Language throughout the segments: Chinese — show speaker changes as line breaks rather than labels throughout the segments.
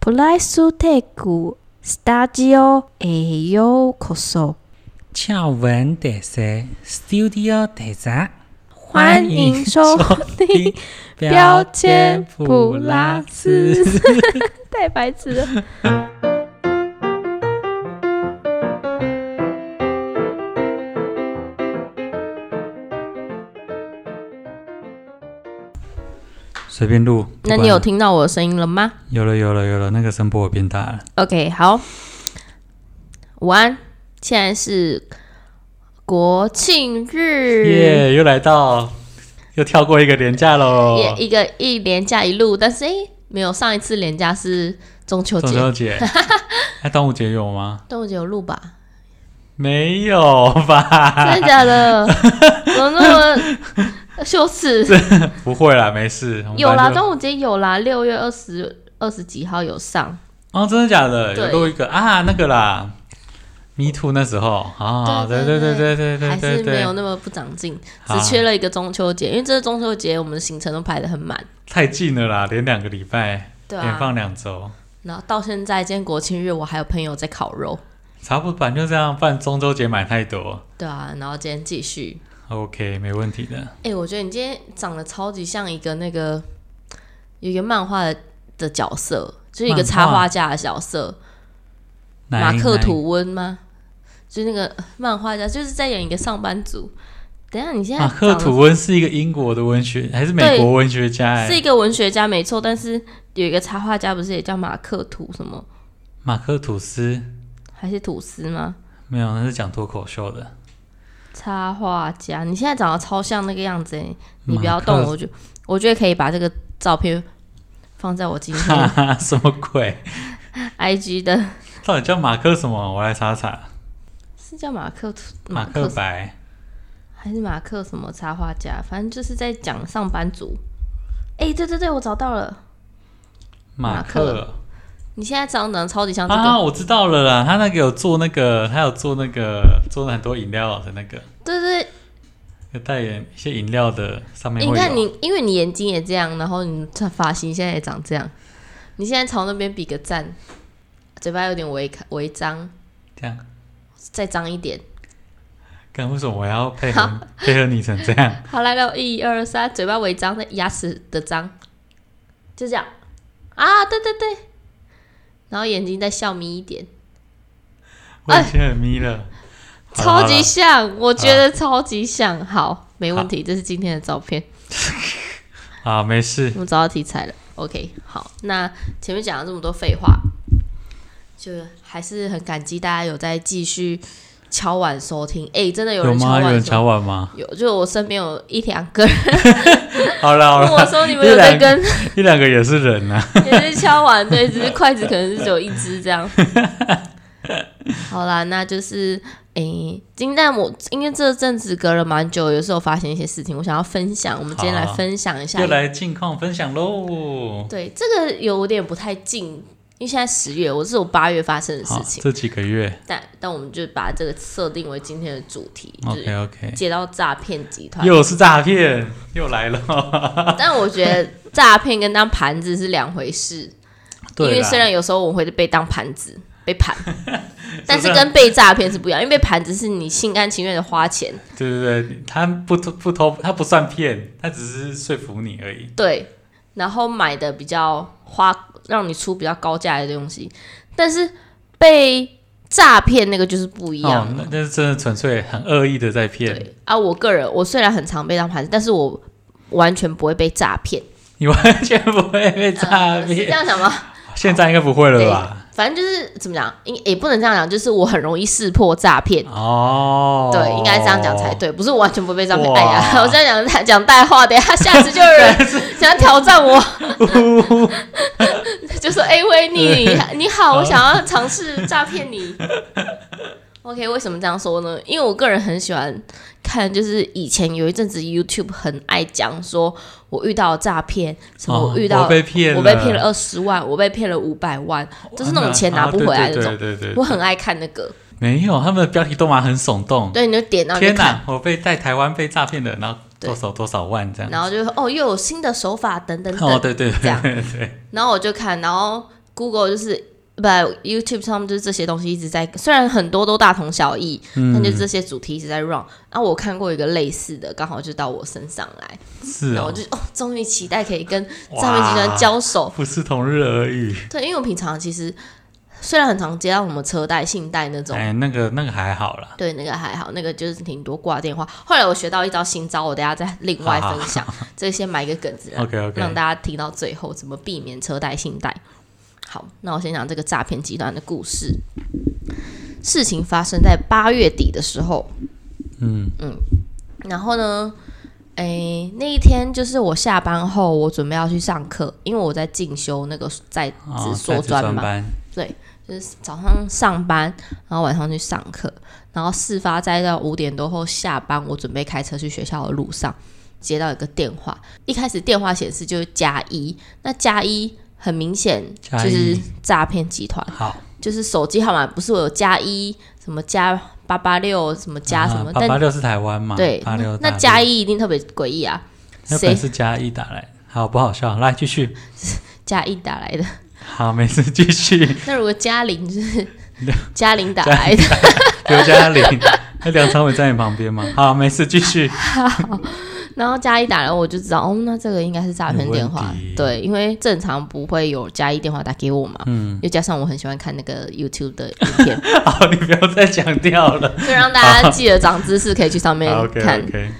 プライステイクスタジオへようこそ。
俏文特色 Studio 特色，
欢迎收听标签普拉斯。太白痴了。
随便录。
那
不
你有
管
听到我的声音了吗
有了有了有了，那个声波我变大了。
？OK，好。午安，现在是国庆日，
耶、又来到，又跳过一个年假喽。
也一个一连假一路，但是诶，没有上一次连假是中秋
中
节，
秋节，哎，端午节有吗？
端午节有录吧？
没有吧？
真的假 的？怎么那么羞耻？
不会啦，没事。我们
有啦，
本来就
端午节有啦，六月二十二十几号有上。
哦，真的假的？有
对
录一个啊，那个啦，Me Too 那时候啊，对对对对对对
还是
对
没有
对，
那么不长进，
好
只缺了一个中秋节，因为这个中秋节我们的行程都排得很满，
太近了啦，连两个礼拜，
对
连
啊。
哎放两周。
然后到现在，今天国庆日，我还有朋友在烤肉，
差不多，反正就这样。不然中秋节买太多
对啊。然后今天继续，
，OK，没问题的。
哎、我觉得你今天长得超级像一个那个有一个漫画的的角色，就是一个
漫画
插画家的角色，
哪
马
一
克
哪一
吐温吗？就是那个漫画家，就是在演一个上班族。等一下，你现在
马克
长得
吐温是一个英国的文学，还是美
对
国文学家、欸？
是一个文学家没错，但是有一个插画家不是也叫马克吐什么，
马克吐斯
还是吐司吗？
没有，那是讲脱口秀的。
插画家，你现在长得超像那个样子诶，你不要
马克
动，我就我觉得可以把这个照片放在我今
哈
天
哈，什么鬼？
IG 的，
到底叫马克什么？我来查查。
是叫马克吐
马克白，
还是马克什么插画家，反正就是在讲上班族。哎、对对对，我找到了，
马克
你现在长得超级像这个。
啊，我知道了啦。他那个有做那个，他有做那个，做了很多饮料的那个，
对对
有代言一些饮料的，上面
对，你
会
看
有。
欸
啊
你，因为你眼睛也这样，然后你这发型现在也长这样，你现在朝那边比个赞，嘴巴有点微开微张，
这样，
再张一点。
干为什么我要配合配合你成这样？
好，来了，一二三，嘴巴微张，再牙齿的张，就这样啊，对对对，然后眼睛再笑眯一点，
我已经很迷了，好了
哎超级像，我觉得超级像。好，没问题，这是今天的照片。
好了啊，没事，
我们找到题材了。OK，好，那前面讲了这么多废话，就还是很感激大家有在继续敲碗收听。哎、真的有人敲
吗？有
碗
人
收
敲 碗吗？
有，就我身边有一两个人
好了好
跟我
了，
说你们有在跟，
一两个也是人啊呐、
也是敲碗，对，只是筷子可能是只有一只这 样。好啦，那就是诶，今天我因为这阵子隔了蛮久，有时候发现一些事情，我想要分享。我们今天来
好啊
分享一下
又来近况分享喽。
对，这个有点不太近，因为现在十月，我是我八月发生的事
好，
情，
这几个月
但但我们就把这个设定为今天的主题，就是
，OK OK，
接到诈骗集团。
又是诈骗，又来了。
但我觉得诈骗跟当盘子是两回事， 因
对
为
啦
虽然有时候我会被当盘子。被 盘，但
是
是
不是
跟被诈骗是不一样，因为被盘子是你心甘情愿的花钱，
对对对，他不偷不偷，他不算骗，他只是说服你而已。
对，然后买的比较花，让你出比较高价的东西，但是被诈骗那个就是不一样
哦
了。，
那那是真的纯粹很恶意的在骗。
对啊，我个人我虽然很常被当盘子，但是我完全不会被诈骗。 呃
你完全不会被诈
啊是这
骗，
样想吗？
现在应该不会了吧？
反正就是怎么讲，应也不能这样讲，就是我很容易识破诈骗。
哦，
对，应该这样讲才对，不是我完全不被诈骗。
哇
哎呀， 我这样讲讲带话，等一下下次就有人 想要挑战我，就说：“哎、喂，你你好，我想要尝试诈骗你。”OK，为什么这样说呢？因为我个人很喜欢看，就是以前有一阵子 YouTube 很爱讲说，我遇到诈骗，什么
哦
我遇到、
我被骗了，
我被骗了二十万，我被骗了五百万，就是那种钱拿不回来那种。
啊对对对对对
我很爱看那个，
没有，他们的标题都蛮很耸动。
对，你就点到你就
天
看，
哪，我被在台湾被诈骗了，然后
对
多少多少万这样。
然后就说哦，又有新的手法等等等，
哦，对对
这
对
样
对对，
然后我就看，然后 Google 就是不 YouTube 上面就是这些东西一直在，虽然很多都大同小异，
嗯
但就这些主题一直在 run。然后我看过一个类似的，刚好就到我身上来，
是
然后我
哦，
就哦，终于期待可以跟
哇
诈骗集团交手。
不是同日而语。
对，因为我平常其实虽然很常接到什么车贷、信贷那种，
哎，那个那个还好啦，
对，那个还好，那个就是挺多挂电话。后来我学到一招新招，我等一下再另外分 享。这先埋一个梗子啦
OK，OK
啊让大家听到最后怎么避免车贷信贷。好，那我先讲这个诈骗集团的故事。事情发生在八月底的时候，
嗯
然后呢，诶，那一天就是我下班后，我准备要去上课，因为我在进修那个在
哦
职
在
硕
职
专嘛，
班，
对，就是早上上班，然后晚上去上课，然后事发在到五点多后下班，我准备开车去学校的路上，接到一个电话，一开始电话显示就是加一，那加一很明显就
加一
是诈骗集团，
好，
就是手机号码不是我有加一什么加八八六什么加什么，
嗯啊八八
但
六是台湾嘛？
对
八六
那加一一定特别诡异啊，
那本
谁
是加一打来，好不好笑？来继续，
加一打来 的？
好，没事继续，
那如果加零就是 加零打来的。
刘嘉玲， 那梁朝伟在你旁边吗？好，没事继续，
然后嘉一打来，我就知道哦，那这个应该是诈骗电
有
话
问题。
对，因为正常不会有嘉一电话打给我嘛。
嗯，
又加上我很喜欢看那个 YouTube 的影 片，
好，你不要再强调了。
就让大家记得长知识，可以去上面
好 OK
看。
OK，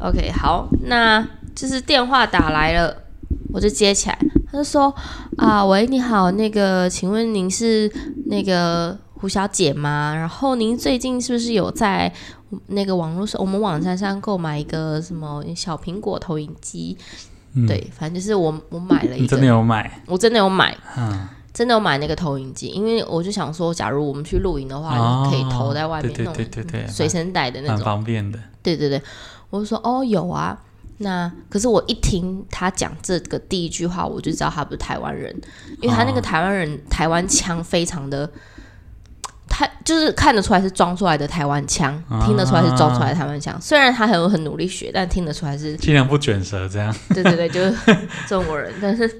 OK，好，那就是电话打来了，我就接起来，他就说啊，喂，你好，那个，请问您是那个胡小姐吗？然后您最近是不是有在那个网络上，我们网站上购买一个什么小苹果投影机？
嗯
对，反正就是我我买了一
你
个，
真的有买？
我真的有买，
嗯，
真的有买那个投影机，因为我就想说，假如我们去露营的话，
哦
可以投在外面
对对
弄
对对对嗯
随身带的那
蛮
种。
方便的。
对对对，我就说哦有啊，那可是我一听他讲这个第一句话，我就知道他不是台湾人，因为他那个
哦
台湾人、台湾腔非常的，他就是看得出来是装出来的台湾腔，听得出来是装出来的台湾腔。虽然他很很努力学，但听得出来是
尽量不卷舌，这样。
对对对， 就是中国人，但是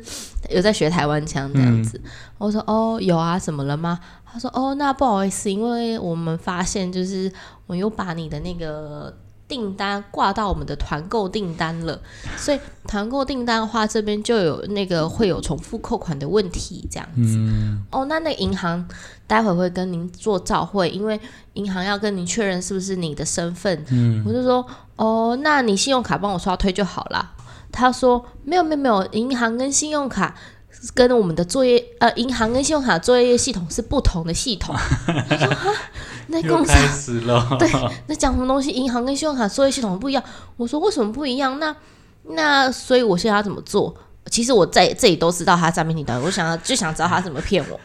有在学台湾腔这样子。我说哦，有啊，怎么了吗？他说哦，那不好意思，因为我们发现就是我又把你的那个订单挂到我们的团购订单了，所以团购订单的话，这边就有那个会有重复扣款的问题这样子。
嗯
哦，那那个银行待会会跟您做照会，因为银行要跟您确认是不是你的身份。
嗯
我就说哦，那你信用卡帮我刷推就好啦。他说没有没有没有，银行跟信用卡跟我们的作业呃，银行跟信用卡作业系统是不同的系统。他 说啊，那
又
共
开始了。对，
那讲什么东西？银行跟信用卡作业系统不一样。我说为什么不一样？那那所以我现在要怎么做？其实我在这里都知道他诈骗集团，我想要就想知道他怎么骗我。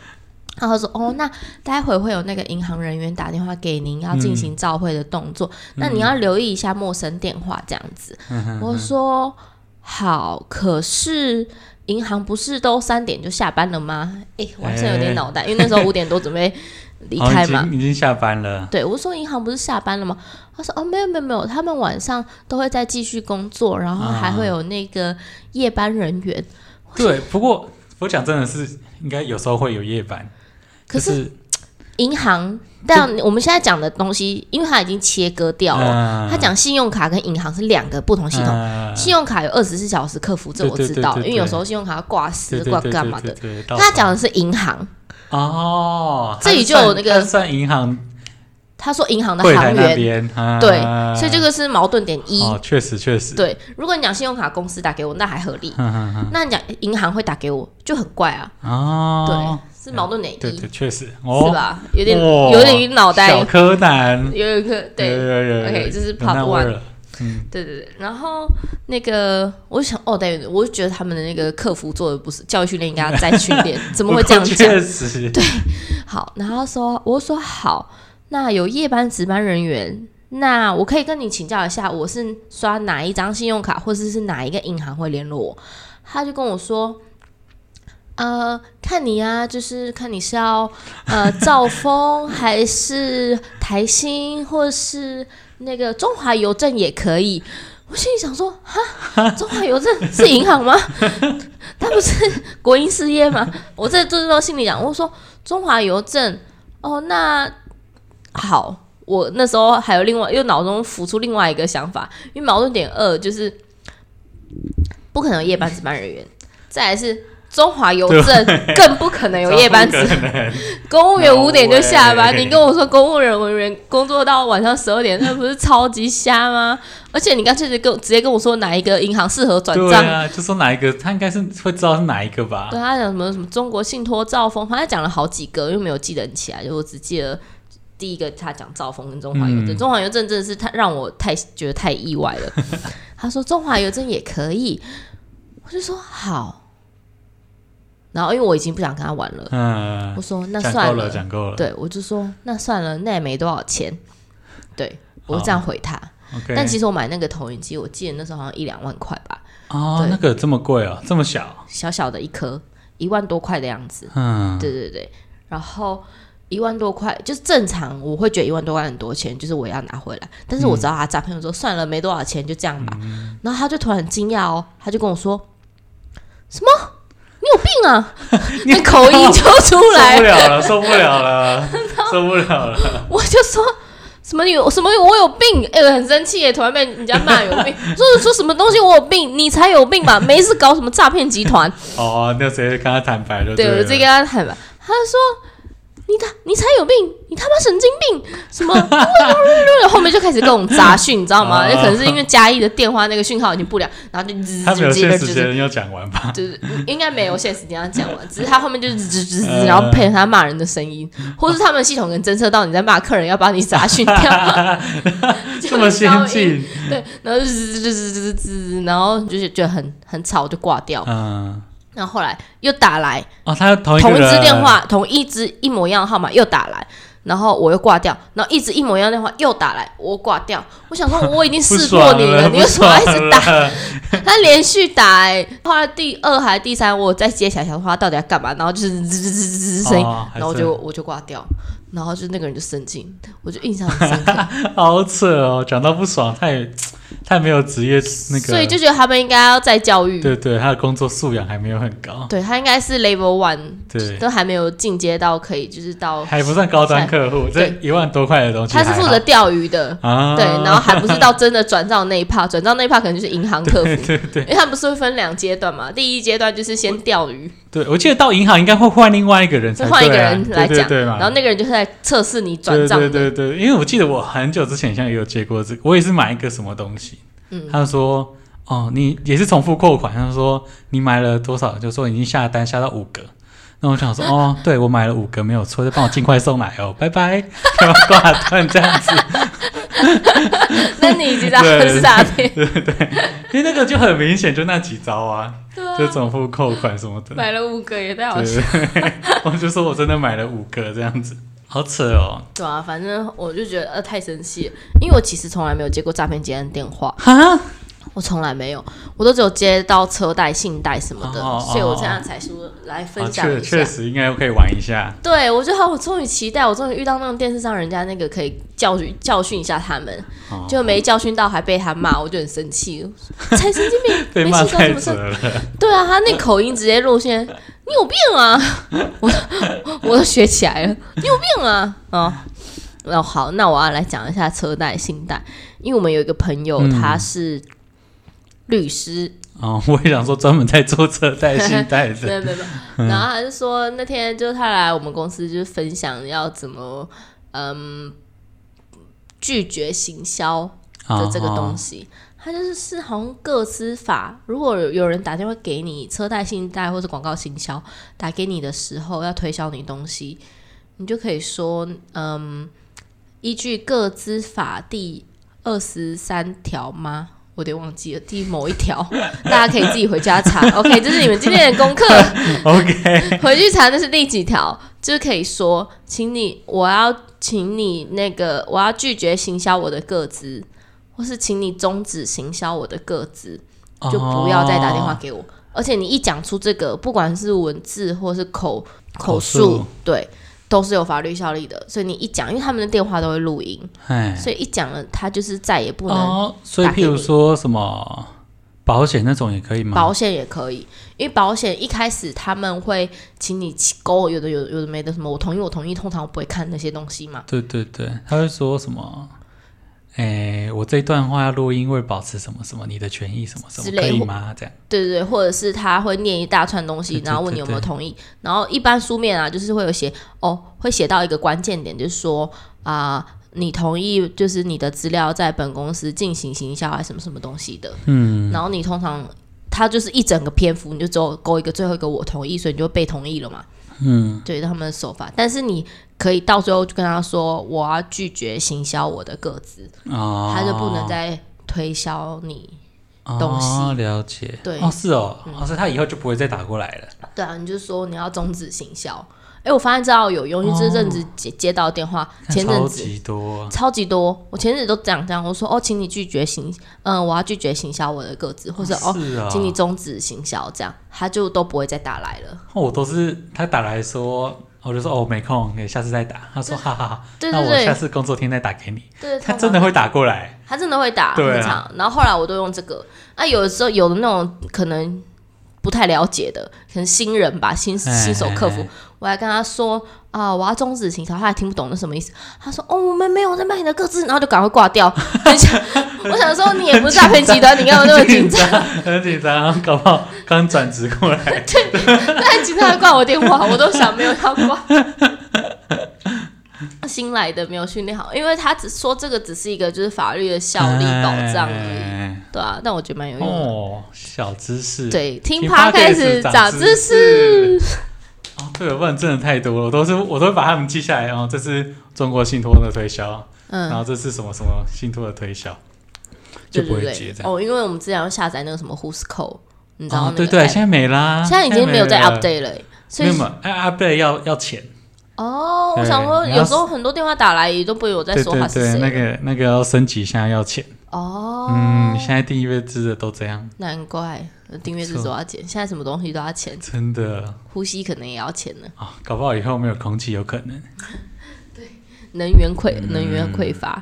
然后他说：“哦，那待会会有那个银行人员打电话给您，要进行照会的动作，那你要留意一下陌生电话这样子。
嗯
我说：“好，可是银行不是都三点就下班了吗？”哎，晚上有点脑袋，因为那时候五点多准备 离
好
开
哦已
嘛。
经已经下班了。
对，我说银行不是下班了吗？他说哦，没有没有没有，他们晚上都会再继续工作，然后还会有那个夜班人员。
对，不过我讲真的是，应该有时候会有夜班。
可
就是是
银行，但我们现在讲的东西，因为它已经切割掉了。
嗯
他讲哦信用卡跟银行是两个不同系统，
嗯
信用卡有二十四小时客服，这我
对对
知
对
道，
对
因为有
对
时候信用卡要挂
对
失
对
挂
对
干
对
嘛
对
的。
对到
他
手
讲的是银行，
哦，
这里
它
就有
算
那个
它算银行
他说银行的
柜台
行员，
那边，啊
对，所以这个是矛盾点一。
哦，确实确实，嗯
对，如果你讲信用卡公司打给我，那还合理。
哼哼哼，
那你讲银行会打给我，就很怪啊，
哦，
是矛盾点一，
对对，确实，
是
哦，
吧？有点
哇
有点脑袋
小柯南，
有一个
有
对
有有有
OK，
有
这是
有
part
那
one
味儿了嗯，
对对对，然后那个我就想哦，对，我就觉得他们的那个客服做的不是教育训练，应该要再训 练，怎么会这样
不过
讲
确？实，对，
好，然后他说我说好，那有夜班值班人员，那我可以跟你请教一下，我是刷哪一张信用卡，或者是哪一个银行会联络我？他就跟我说。呃，看你啊，就是看你是要呃兆丰还是台新，或是那个中华邮政也可以。我心里想说，哈，中华邮政是银行吗？ 它不是国营事业吗？我这就是说心里想，我说中华邮政，哦，那好，我那时候还有另外又脑中浮出另外一个想法，因为矛盾点二就是不可能有夜班值班人员，再来是中华邮政更不可能有夜班值
怎么可能
公务员
No
五点就下班，
way
你跟我说公务人文员工作到晚上十二点，那不是超级瞎吗？而且你干脆就跟我直接跟我说哪一个银行适合转
对
账。
啊，就说哪一个，他应该是会知道是哪一个吧
对？他讲什么什么中国信托兆丰，反正讲了好几个，又没有记得很起来，就我只记得第一个他讲兆丰跟中华邮政，
嗯
中华邮政真的是太让我太觉得太意外了。他说中华邮政也可以，我就说好，然后因为我已经不想跟他玩了，
嗯
我，说那
讲
算
够
了
了，，讲够了。
对，我就说那算了，那也没多少钱。对我就这样回他，
OK，
但其实我买那个投影机，我记得那时候好像一两万块吧，
哦，
对
那个这么贵哦，这么小，
小小的一颗，一万多块的样子。
嗯，
对对对，然后一万多块就是正常，我会觉得一万多块很多钱，就是我也要拿回来。但是我知道他诈骗，我说算了，没多少钱，就这样吧。然后他就突然很惊讶哦，他就跟我说：“什么？你有病啊！”那口音
啊
就出来
受不了了，受不 了了，受不了了。
我就说什么有什么我有病，哎、我很生气耶，突然被人家骂有 病，说说什么东西我有病，你才有病吧？没事搞什么诈骗集 团，
哦，那直接跟他坦白了。
对我
了
就跟他喊吧，他就说。你他你才有病！你他妈神经病！什 么？后面就开始各种杂讯，你知道吗？
哦
也可能是因为嘉义的电话那个讯号已经不良，然后 就滋
他没有
就直接
限
就
时
是
间要讲完 吧？
就是应该没有现实这样讲完，只是他后面就是吱吱吱 吱，然
啊
后配合他骂人的声音，或是他们系统可能侦测到你在骂客人，要把你杂讯掉，
这么先进，
对，然后就吱吱吱吱吱吱，然后就是觉得很很吵，就挂掉。
嗯，
然后后来又打来
哦，他同一个
同一
人
支电，话，同一支一模一样的号码又打来。然后我又挂掉，然后一直一模一样的电话又打来，我挂掉。我想说我已经
不
试过
爽
你了，
了，
你
不
为什么要
爽
一直
了。
打？ 他连续打、欸，后来第二还是第三，我再接起来想说他到底要干嘛，然后就是吱吱吱吱吱声音，
哦还
然
是
后我就我就挂掉，然后就那个人就生气，我就印象 很深刻，
好扯哦，讲到不爽，太太没有职业那个，
所以就觉得他们应该要再教育，
对对，他的工作素养还没有很高，
对他应该是 level one，
哦对，
都还没有进阶到可以就是到，
还不算高端客户，这
对
一万多块的东西
他
还好，
是负责钓鱼的。
啊，
对，然后还不是到真的转账那一趴，转账那一趴可能就是银行客服，
对对
因为他们不是会分两阶段嘛？第一阶段就是先钓鱼，
对，我记得到银行应该会换另外一个人才
就
对啊，
换一个人来
对对
讲，
对嘛
然后那个人就是在测试你转
对
账
对
的
对对，因为我记得我很久之前好像也有接过这个，我也是买一个什么东西，
嗯
他就说哦，你也是重复扣款，他就说你买了多少，就说已经下单下到五个。那我想说，哦，对我买了五个没有错，再帮我尽快送来 哦，拜拜， 然后挂断这样子，
那你已经知道他是诈骗，
因为那个就很明显，就那几招啊，
对啊
就重复扣款什么的。
买了五个也太好笑。
对， 我就说我真的买了五个这样子，好扯哦，
对啊，反正我就觉得呃太生气了，因为我其实从来没有接过诈骗接案电话，
哈，
我从来没有，我都只有接到车贷、信贷什么的，
哦哦
所以我这样才说来
啊
分享
确
一下。
确实应该可以玩一下，
对，我就好，我终于期待，我终于遇到那种电视上人家那个可以教训教训一下他们，
哦
就没教训到，还被他骂，我就很生 气，才神经病
，被
没
骂
事干
太
什么
扯
事？
了。
对啊，他那口音直接露馅，你有病啊！我我都学起来了，你有病啊！哦，哦好，那我要来讲一下车贷、信贷，因为我们有一个朋友，
嗯
他是律师，
哦，我也想说专门在做车 贷、信贷
没
的，
有没有没有，然后他就说那天就是他来我们公司就是分享要怎么嗯拒绝行销
啊
的这个东
西。
西，它就是是好像各司法。如果有人打电话给你车贷、信贷或者广告行销打给你的时候，要推销你东西，你就可以说，嗯，依据各司法第二十三条吗？我有点忘记了第某一条， 大家可以自己回家查。OK，这是你们今天的功课。
啊 OK，
回去查那是第几条，就是可以说，请你，我要请你那个，我要拒绝行销我的个资，或是请你终止行销我的个资，就不要再打电话
哦。
给我。而且你一讲出这个，不管是文字或是口
口
口
述
述，对，都是有法律效力的，所以你一讲，因为他们的电话都会录音，
哎，
所以一讲了，他就是再也不能
哦，所以譬如说什么保险那种也可以吗？
保险也可以，因为保险一开始他们会请你勾有的有有的没的什么，我同意我同意，通常我不会看那些东西嘛。
对对对，他会说什么？哎，我这段话要录音，为保持什么什么你的权益什么什么，
之类
可以
或
吗？这样
对对对，或者是他会念一大串东西
对，对
然后问你有没有同意。然后一般书面啊，就是会有写哦，会写到一个关键点，就是说啊、你同意就是你的资料在本公司进行行销啊，什么什么东西的。嗯，然后你通常他就是一整个篇幅，你就只有勾一个最后一个我同意，所以你就被同意了嘛。
嗯，
对他们的手法，但是你可以到最后就跟他说，我要拒绝行销我的个资，
哦，
他就不能再推销你。东西
哦，了解，
对嗯
哦，是哦，哦，所以他以后就不会再打过来了。
对啊，你就说你要终止行销。哎，我发现这招有用，因为这阵子接接到电话，
哦看
前阵
超
子
级多，
超级多，我前阵子都讲这样，我说哦，请你拒绝行，嗯，我要拒绝行销我的个子，或者哦，
是啊，
请你终止行销，这样他就都不会再打来了。
哦我都是他打来说，我就说哦没空，可以下次再打。他说哈哈哈，
对
那
对
我下
对，
次工作天再打给你。
对
他真的会打 过来，
他真的会打，
对啊
很长。然后后来我都用这个，啊，有的时候有的那种可能不太了解的，可能新人吧，新
哎
新手客服
哎，
我还跟他说啊，我要终止行销，他还听不懂那什么意思。他说哦，我们没有在卖你的各自，然后就赶快挂掉。很 想，我想说你也不是诈骗集团，你干嘛那么紧张？
张？很 紧张，搞不好刚转职 过来。
但警察还挂我电话，我都想没有要挂。 新来的没有训练好，因为他只说这个只是一个就是法律的效力保障而已，
哎
对啊，但我觉得蛮有用的。
哦，小知识。
对，听
podcast
开始长知
识
识。
哦，对，不然真的太多了，我都是我都会把他们记下来。哦，这是中国信托的推销，然
嗯，
后这是什么什么信托的推销，就
对
不
对
会接
对
这。样。
哦，因为我们之前要下载那个什么 Who's Call，你知道
哦
那，个
对对，
app
现在没啦，
哎现在已经没有在
了
update 了欸，所
没有
以
没有，哎，update 要要钱，
哦，我
对
想说
你要
有时候很多电话打来也都不会有在
对
说话
对
是
对，那
谁。啊
个那个要升级一下要钱，
哦
嗯，，现在订阅制的都这样，
难怪订阅制
错
都要钱，现在什么东西都要钱，
真的
呼吸可能也要钱呢，
啊，搞不好以后没有空气有可能，
能源匮
嗯
能源匮乏。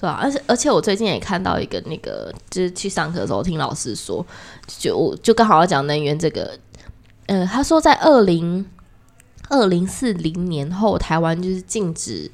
对吧、而且而且我最近也看到一个那个，就是去上课的时候听老师说，就我就刚好要讲能源这个，呃，他说在二零二零四零年后，台湾就是禁止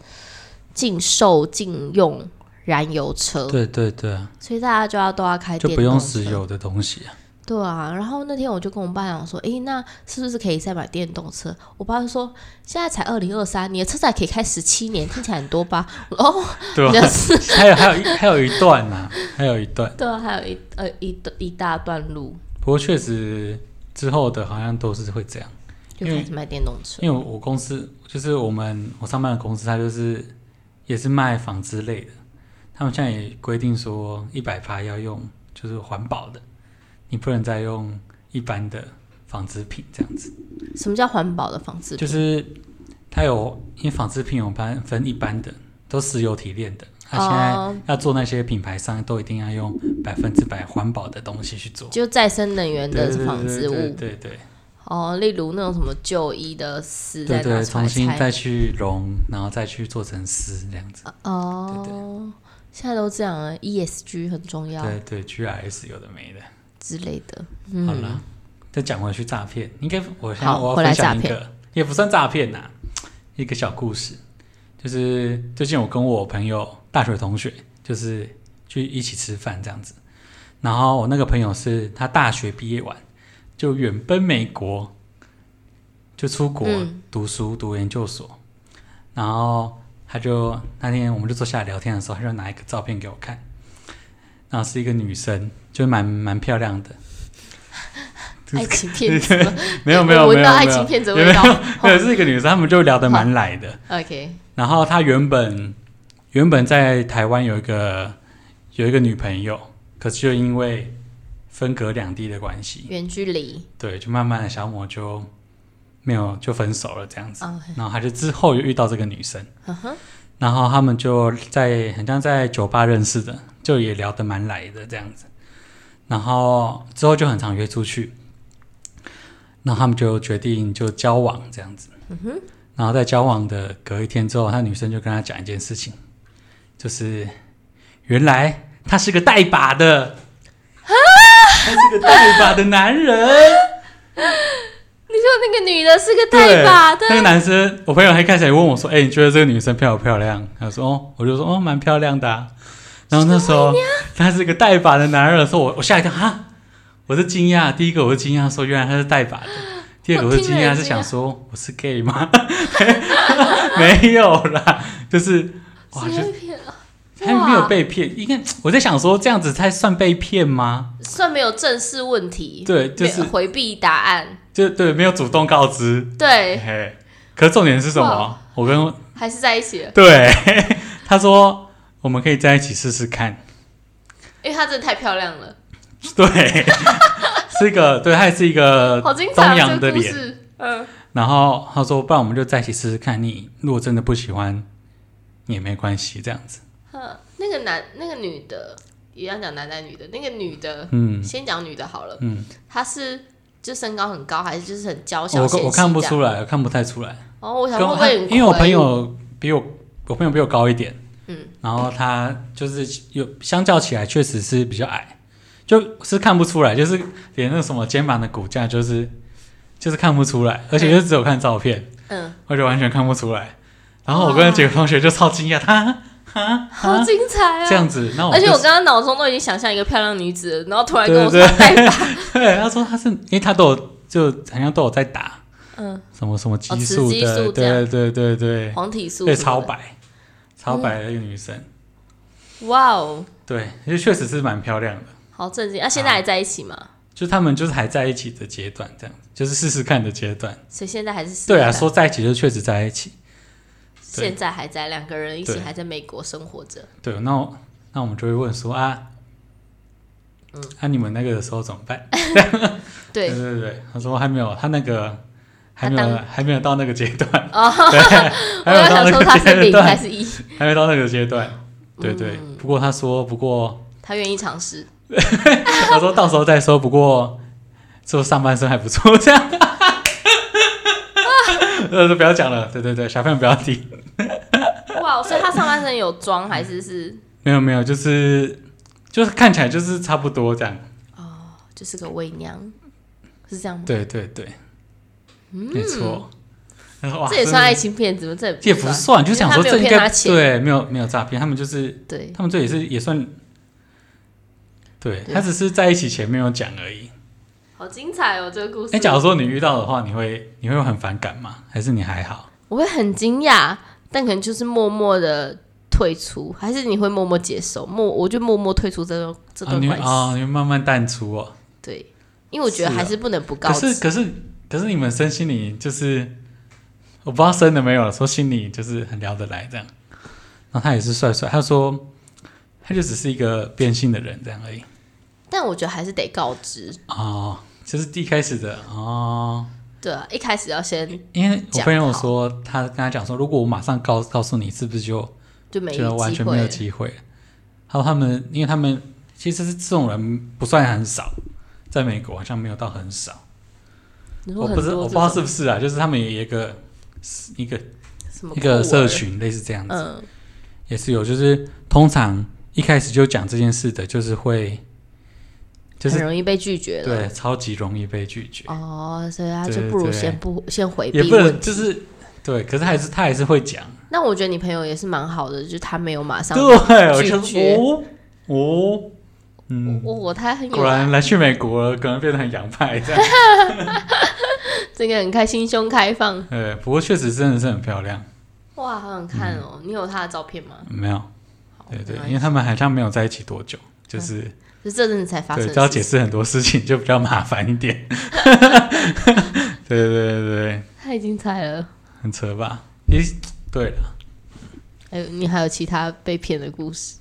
禁售禁用燃油车，
对对对，
所以大家就要都要开
就
电
不
动
用
车
石。油的东西啊，
对啊，然后那天我就跟我爸讲说，诶，那是不是可以再买电动车？我爸就说，现在才二零二三，你的车才可以开十七年，听起来很多吧？ 我说哦，
对
你
吧？
的是
还有还有一还有一段呐，还有一段，
对啊，还有一呃一一大段路
不过确实之后的好像都是会这样。
就开始卖电动车。
因为我公司就是我们我上班的公司，它就是也是卖纺织类的，他们现在也规定说一百趴要用就是环保的，你不能再用一般的纺织品这样子。
什么叫环保的纺织
就
品？
是它有因为纺织品有分分一般的，都石油提炼的，它现
哦
在要做那些品牌商都一定要用百分之百环保的东西去做。
就再生能源的
对对
纺织
对对
物
对对
哦，例如那种什么旧衣的丝再
对
拿出
对，
来
重新
拆
再去融，然后再去做成丝这样子。对
哦，现在都这样啊，ESG 很重要
对对，GRS 有的没的。
之类的。
好
嗯，
了，再讲回去诈骗，应该我现在
好
我要
回来
分享
诈
一
骗
个，也不算诈骗呐、一个小故事，就是最近我跟我朋友大学同学，就是去一起吃饭这样子，然后我那个朋友是他大学毕业完就远奔美国，就出国
嗯
读书、读研究所，然后他就那天我们就坐下来聊天的时候，他就拿一个照片给我看，然后是一个女生，就蛮蛮漂亮的。
爱情骗子 吗，
没有没有
我
没
闻
有没
到
有，
爱情骗子的
有
味道
没 有。没有，是一个女生，他们就聊得蛮来的。
OK，
然后她原本原本在台湾有一个有一个女朋友，可是就因为分隔两地的关系，
远距离
对，就慢慢的小某就没有就分手了这样子。
啊，
然后她就之后又遇到这个女生，
嗯哼，
然后他们就在很像在酒吧认识的，就也聊得蛮来的这样子。然后之后就很常约出去，然后他们就决定就交往这样子。然后在交往的隔一天之后，那女生就跟他讲一件事情，就是原来他是个带把的，他是个带把的男人。
你说那个女的是个带把的
那，个男生，我朋友还开始还问我说：“哎、你觉得这个女生漂不漂亮？”他说：“哦。”我就说：“哦，蛮漂亮的啊、然后那时候他是个带把的男人的时候，我我吓一跳哈，我是惊讶。第一个我是惊讶说原来他是带把的，第二个我是惊讶是想说我是 gay 吗？ 没有啦，就是哇，
是啊
就
被骗了，
他没有被骗。应该我在想说这样子才算被骗吗？
算没有正式问题，
对，就是
没有回避答案，
就对，没有主动告知。
对，
嘿，可是重点是什么
哇？
我跟
还是在一起了，
对，他说我们可以在一起试试看。
因为她真的太漂亮了，
对，是一个对，他也是一个
好精彩
呃东
哦
洋
这
的
个故
脸。
事，嗯，
然后他说，不然我们就在一起试试看。你如果真的不喜欢，也没关系，这样子。
哼那个男那个女的，也要讲男男女的，那个女的，
嗯
先讲女的好了，
嗯，
她是。就身高很高，还是就是很娇小
我
纤细
我看不
这样
出来，我看不太出来。
哦，我想
跟
会
我
不会很
因为我
亏
朋友比我，我朋友比我高一点，
嗯，
然后他就是有相较起来确实是比较矮，就是看不出来，就是连那什么肩膀的骨架就是就是看不出来，而且就只有看照片，
嗯，
而且完全看不出来。然后我跟几个同学就超惊讶，他哈
好
哈
精彩啊！
这样子，那我
而且
就
我刚刚脑中都已经想象一个漂亮女子了，然后突然
对
跟我说哎
对
带把，
对他说他是，因为他都有就好像都有在打
嗯，
什么什么
哦
激
雌
素
激
的，
素这
对
样
对对对，
黄体素，嗯
对超，白超白的一个女生。
哇哦，
对，就确实是蛮漂亮的。
好震惊！啊，现在还在一起吗？
就他们就是还在一起的阶段，这样就是试试看的阶段。
所以现在还是
对啊，
四个
说在一起就确实在一起。对
现在还在两个人一起
对
还在美国生活着，
对，那我那我们就会问说啊，嗯，啊你们那个的时候怎么办？
对
对对对，他说还没有，他那个还没
他
有
当
还没有到那个阶段，
哦， 我
还没
要
有到
想
那
说他是
个阶
零还
段，
是一，
还没到那个阶段。对对，
嗯
不过他说，不过
他愿意尝试，
他说到时候再说，不过这上半身还不错，这样。 呃，就不要讲了，对对对，小朋友不要听。
哇！所以他上半身有装还是是
没有没有，就是就是看起来就是差不多这样。
就是个伪娘，是这样吗？
对对对，
嗯
没错。他说哇，
这也
真的
算爱情骗子吗？这也不
也不算，就想说
因为他没
这
有
应
骗他
该
钱
对，没有没有诈骗，他们就是
对，
他们这也是也算，对
对
他只是在一起前没有讲而已。
好精彩哦，这个故事。
哎，假如说你遇到的话，你会你会很反感吗？还是你还好？
我会很惊讶，但可能就是默默的退出，还是你会默默接受？默，我就默默退出这段这
啊，
段
你
关系。
啊，你会慢慢淡出哦。
对，因为我觉得
是啊
还是不能不告
可
知。
是可是可是你们身心里就是，我不知道生了没有了，说心里就是很聊得来这样。然后他也是帅帅，他说他就只是一个变性的人这样而已。
但我觉得还是得告知，
哦，就是第一开始的哦，
对啊，一开始要先
因为我
讲
朋友
好
说他跟他讲说，如果我马上告告诉你，是不是就
就没
觉得完
机
全没有
会。
机会？还有他们，因为他们其实是这种人不算很少，在美国好像没有到很少。
你说
我
很
不知
多
我不
这
知道
种
是不是啊，就是他们有一个一个
什么
一个
酷儿
社，群类似这样子，
嗯，
也是有，就是通常一开始就讲这件事的，就是会就是
很容易被拒绝了。
对，超级容易被拒绝，
哦，所以他
对
就
对
不如
对
先不先回避
也不
问
能
题。
就是对，可是还是他还是会讲，
那我觉得你朋友也是蛮好的，就是他没有马上
对，我
拒
就
绝
是哦哦，嗯，
我我他很有
果然来去美国了，可能变得很洋 派这样，
这个很开心胸开放，
对，不过确实真的是很漂亮，
哇，好想看哦！你有他的照片吗？
没有，
好
嗯对对
没，关
因
系
为他们好像没有在一起多久，就是。
是这阵子才发生
对，
的
就要解
事情，
释很多事情，就比较麻烦一点。 对对对对，
太精彩了！
很扯吧？其实对了，
还有哎你还有其他被骗的故事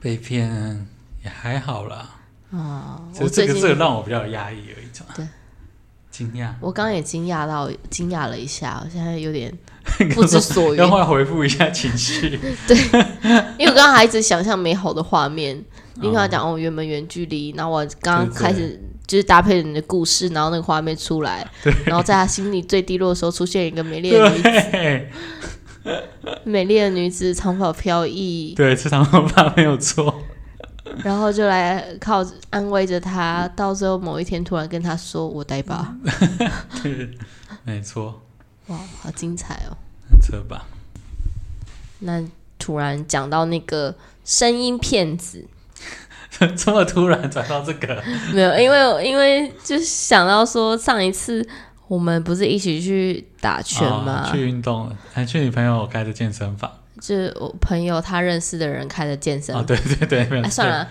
被骗也还好啦，
啊？
只
我
是这
最
个
近
这个让我比较压抑而已，这样
对，
惊讶，
我刚刚也惊讶到惊讶了一下，我现在有 点不知所云
要，快回复一下情 绪。
因为我刚刚还一直想象美好的画面。你跟他讲哦，原本远距离，然后我刚刚
嗯对对
开始就是搭配你的故事，然后那个画面出 来，然后在他心里最低落的时候出现一个美丽的女
对
美丽的女子长发飘逸，
对，这场方法没有错。
然后就来靠安慰着他，到最后某一天突然跟他说：“我呆吧。
嗯对，没错，”
哇，好精彩哦！
这吧，
那突然讲到那个声音骗子，
这么突然转到这个，
没有，因为因为就是想到说上一次我们不是一起去打拳
哦
吗？
去运动，还去你朋友开的健身房
就是我朋友他认识的人开的健身
哦，
房，
对对对，没有
哎、
错
算，了，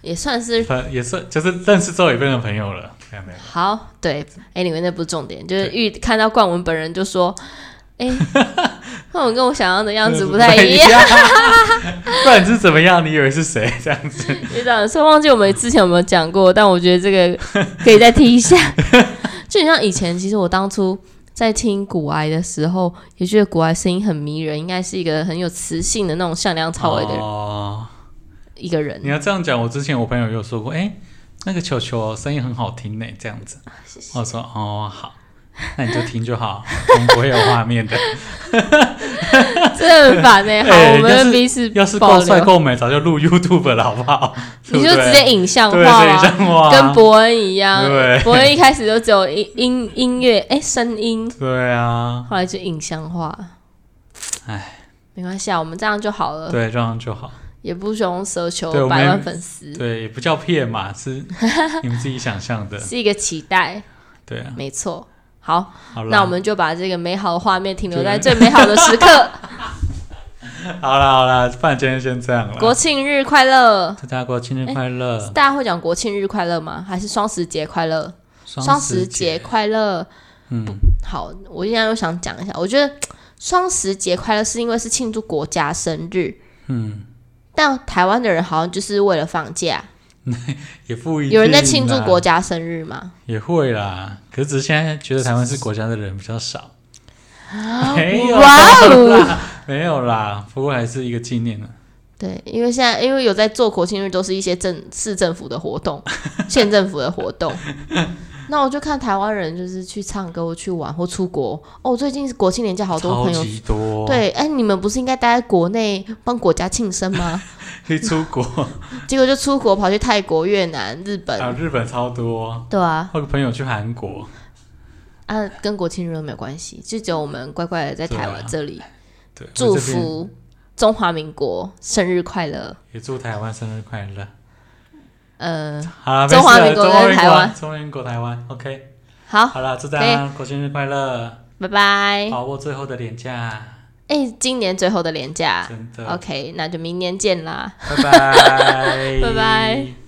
也算是
反呃也是就是认识之后也变成朋友了，没有没有，
好，对，anyway，那不是重点，就是遇看到冠文本人就 说，哎、冠文跟我想象的样子不太一样。
样， 不然是怎么样？你以为是谁这样子？
学长，虽然忘记我们之前有没有讲过，但我觉得这 个可以再听一下。 就很像以前，其实我当初在听古癌的时候，也觉得古癌声音很迷人，应该是一个很有磁性的那种向量超微的
哦，
一个人。
你要这样讲，我之前我朋友有说过，哎、那个球球声音很好听呢，这样子。
啊
我说哦好，那你就听就好， 我们不会有画面的。
真的很烦哎、好，
哎
我
要是
们彼此
要是
保
够帅
留，
够美，早就录 YouTube 了，好不好？
你就
对不对
直接影像
对，
化
所以
啊，
像我
跟啊伯恩一样。
对
伯恩一开始就只有音音音乐，哎、声音，
对啊，
后来就影像化。
哎，
没关系啊，我们这样就好了，
对这样就好。
也不用奢求
对我们
百万粉丝。
对，也不叫骗嘛，是你们自己想象的。
是一个期待，
对啊，
没错。好，
好了，
那我们就把这个美好的画面停留在最美好的 时刻。
好了好了，不然今天先这样了。
国哎庆日快乐！
祝大家国庆日快乐，
大家会讲国庆日快乐吗？还是双十节快乐？
双
十节，快乐！
嗯，
好，我现在又想讲一下，我觉得双十节快乐是因为是庆祝国家生日，
嗯，
但台湾的人好像就是为了放假。
也不一定
有人在庆祝
啦
国家生日吗？
也会啦，可是只是现在觉得台湾是国家的人比较少，没有
啊哇哦！
啦， 没有啦，不过还是一个纪念呢。啊
对，因为现在因为有在做国庆日，都是一些政市政府的活 动、县政府的活动。那我就看台湾人就是去唱歌、去玩或出国。哦，最近国庆年假好多
超
朋友。
级多，，
对，哎，你们不是应该待在国内帮国家庆生 吗？
可以出国
结果就出国跑去泰国、越南、日本，
啊，日本超多。
对啊，
我有个朋友去韩国，
啊，跟国庆日都没有关系，就只有我们乖乖的在台
对
湾
啊
这里
对，我
祝
这边
福中华民国生日快乐。
也祝台湾生日快乐。
呃，
好啦，
中华民
没事
国
了中华
跟
民
台湾
国，中华民国台湾，OK，
好，
好啦，祝大家国庆日快乐，
拜拜。
把握最后的廉价，啊
哎，今年最后的年假
真的，
，OK，那就明年见啦。
拜拜，
拜拜。